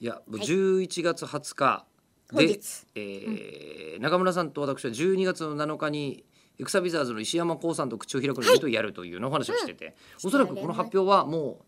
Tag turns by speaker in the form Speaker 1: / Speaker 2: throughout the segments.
Speaker 1: いや、もう
Speaker 2: はい
Speaker 1: 11月20日で、
Speaker 2: 本日
Speaker 1: えー中村さんと私は12月の7日にエクサビザーズの石山光さんと口を開くのとやるというのをお話をしてて、おそらくこの発表はも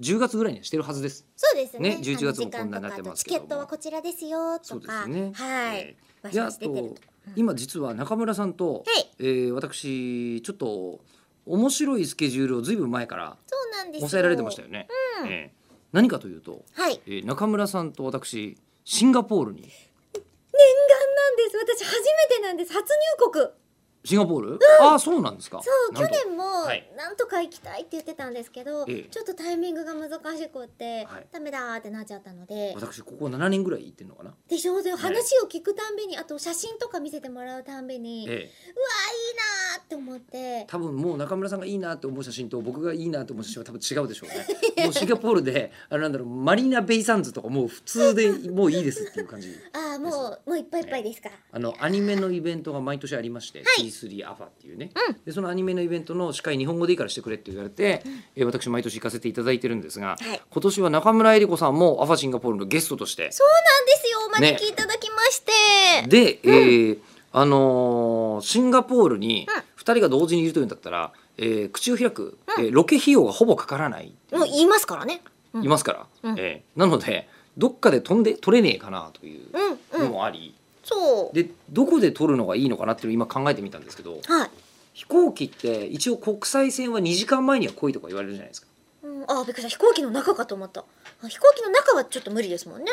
Speaker 1: う10月ぐらいにはしてるはずです。
Speaker 2: そうです
Speaker 1: ね
Speaker 2: ね
Speaker 1: 11月も
Speaker 2: あの時間
Speaker 1: こんなになって
Speaker 2: とか
Speaker 1: ますけ
Speaker 2: チ
Speaker 1: ど
Speaker 2: ケ
Speaker 1: も
Speaker 2: ットはこちらですよ
Speaker 1: そ
Speaker 2: と
Speaker 1: うです
Speaker 2: か、
Speaker 1: ね。
Speaker 2: はい
Speaker 1: え、ー
Speaker 2: バシ
Speaker 1: であ
Speaker 2: バシ出てる
Speaker 1: と
Speaker 2: と
Speaker 1: 今実は中村さんと、
Speaker 2: はい
Speaker 1: えー私ちょっと面白いスケジュールをずいぶん前から
Speaker 2: そうなんですよ
Speaker 1: 抑えられてましたよね。えー何かというと、
Speaker 2: はい念願
Speaker 1: えー中村さんと私シンガポールに
Speaker 2: なんです私初めてなんです初入国
Speaker 1: シンガポール、ああそうなんですか
Speaker 2: そう
Speaker 1: なん
Speaker 2: 去
Speaker 1: と
Speaker 2: 年も
Speaker 1: はい
Speaker 2: なんとか行きたいって言ってたんですけど、
Speaker 1: ええ
Speaker 2: ちょっとタイミングが難しくって、
Speaker 1: はい
Speaker 2: ダメだーってなっちゃったので
Speaker 1: 私ここ7年ぐらい行ってんのかな、
Speaker 2: でしょで話を聞くたんびにあと写真とか見せてもらうたんびに、うわーいい
Speaker 1: ええ、
Speaker 2: なーって思って
Speaker 1: 多分もう中村さんがいいなと思う写真と僕がいいなと思う写真は多分違うでしょう ねもうシンガポールであれなんだろうマリーナ・ベイ・サンズとかもう普通 でもういいですっていう感じ
Speaker 2: ああもうもういっぱいいっぱいですか、
Speaker 1: あのアニメのイベントが毎年ありまして、T3 アファっていうね、でそのアニメのイベントの司会日本語でいいからしてくれって言われて、えー私毎年行かせていただいてるんですが、
Speaker 2: はい
Speaker 1: 今年は中村江里子さんもアファシンガポールのゲストとして
Speaker 2: そうなんですよお
Speaker 1: ね
Speaker 2: 招きいただきまして、
Speaker 1: で、えーあのーシンガポールに
Speaker 2: うん
Speaker 1: 2人が同時にいるというんだったら、えー口を開く、えーロケ費用がほぼかからない、
Speaker 2: もう言いますからねうん
Speaker 1: いますから、
Speaker 2: うん
Speaker 1: えーなのでどっかで飛んで取れねえかなという
Speaker 2: うんう
Speaker 1: の
Speaker 2: ん
Speaker 1: もあり、
Speaker 2: そう
Speaker 1: でどこで取るのがいいのかなっていうのを今考えてみたんですけど
Speaker 2: はい、
Speaker 1: 飛行機って一応国際線は2時間前には来いとか言われるじゃないですか。
Speaker 2: うん、あーびっくりした飛行機の中かと思ったあ飛行機の中はちょっと無理ですもんね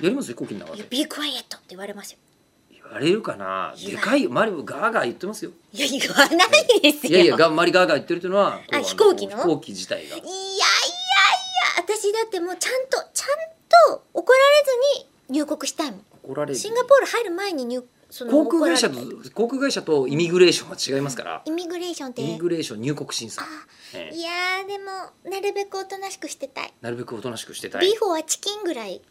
Speaker 1: やります飛行機の中で
Speaker 2: Be quiet って言われますよ
Speaker 1: 言われるかな
Speaker 2: 言わ
Speaker 1: でかい周りもガーガー言ってますよ。
Speaker 2: いや言わないです
Speaker 1: い
Speaker 2: よ
Speaker 1: やいやが周りガーガー言ってるっていうのはこう
Speaker 2: あ
Speaker 1: の
Speaker 2: 飛行機の
Speaker 1: 飛行機自体が
Speaker 2: いやいやいや私だってもうちゃんとちゃんと怒られずに入国したいもん
Speaker 1: 怒られる
Speaker 2: シンガポール入る前に入その
Speaker 1: 航空会社
Speaker 2: 怒
Speaker 1: と
Speaker 2: られる
Speaker 1: 航空会社とイミグレーションは違いますから、
Speaker 2: イミグレーションって
Speaker 1: イミグレーション入国審査、
Speaker 2: あ
Speaker 1: ええ
Speaker 2: いやーでもなるべくおとなしくしてたい、
Speaker 1: なるべくおとなしくしてたい
Speaker 2: ビーフはチキンぐらい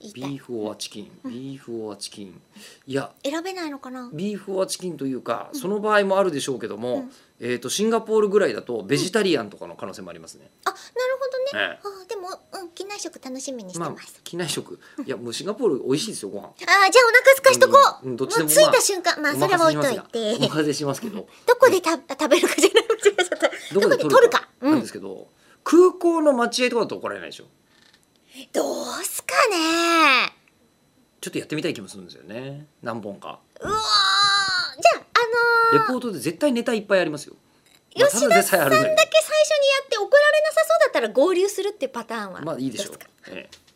Speaker 2: 言いた
Speaker 1: ビー
Speaker 2: い
Speaker 1: フオアチキンビーフオアチキンいや
Speaker 2: 選べないのかな
Speaker 1: ビーフオアチキンというかその場合もあるでしょうけども、
Speaker 2: うん
Speaker 1: えー、とシンガポールぐらいだとベジタリアンとかの可能性もありますね。
Speaker 2: あなるほどね、
Speaker 1: ええ
Speaker 2: あでもうん機内食楽しみにして
Speaker 1: ま
Speaker 2: ま
Speaker 1: あ
Speaker 2: す、
Speaker 1: 機内食いやもうシンガポール美味しいですよご飯。
Speaker 2: あーじゃあお腹空かしとこう、
Speaker 1: うんうんどっちで
Speaker 2: も
Speaker 1: も
Speaker 2: う
Speaker 1: ま
Speaker 2: 着
Speaker 1: あ
Speaker 2: いた瞬間まあ
Speaker 1: お
Speaker 2: それは置い
Speaker 1: 任
Speaker 2: と
Speaker 1: せ
Speaker 2: い
Speaker 1: しますがお
Speaker 2: て
Speaker 1: 任せしますけど
Speaker 2: どこでた食べるかじゃなくて違う違う
Speaker 1: どこで
Speaker 2: どこ
Speaker 1: 取
Speaker 2: で取
Speaker 1: る
Speaker 2: る
Speaker 1: か
Speaker 2: か、
Speaker 1: な
Speaker 2: うんん
Speaker 1: で、すけど、空港の待合とかだと怒られないでしょ
Speaker 2: どうすかね
Speaker 1: ちょっとやってみたい気もするんですよね何本か。
Speaker 2: うわーじゃああ
Speaker 1: レ
Speaker 2: のー、
Speaker 1: ポートで絶対ネタいっぱいありますよ。まあ
Speaker 2: 吉田さんだけ最初にやって怒られなさそうだったら合流するっていうパターンは
Speaker 1: まあいいでしょ
Speaker 2: ど
Speaker 1: う
Speaker 2: すか。
Speaker 1: ええ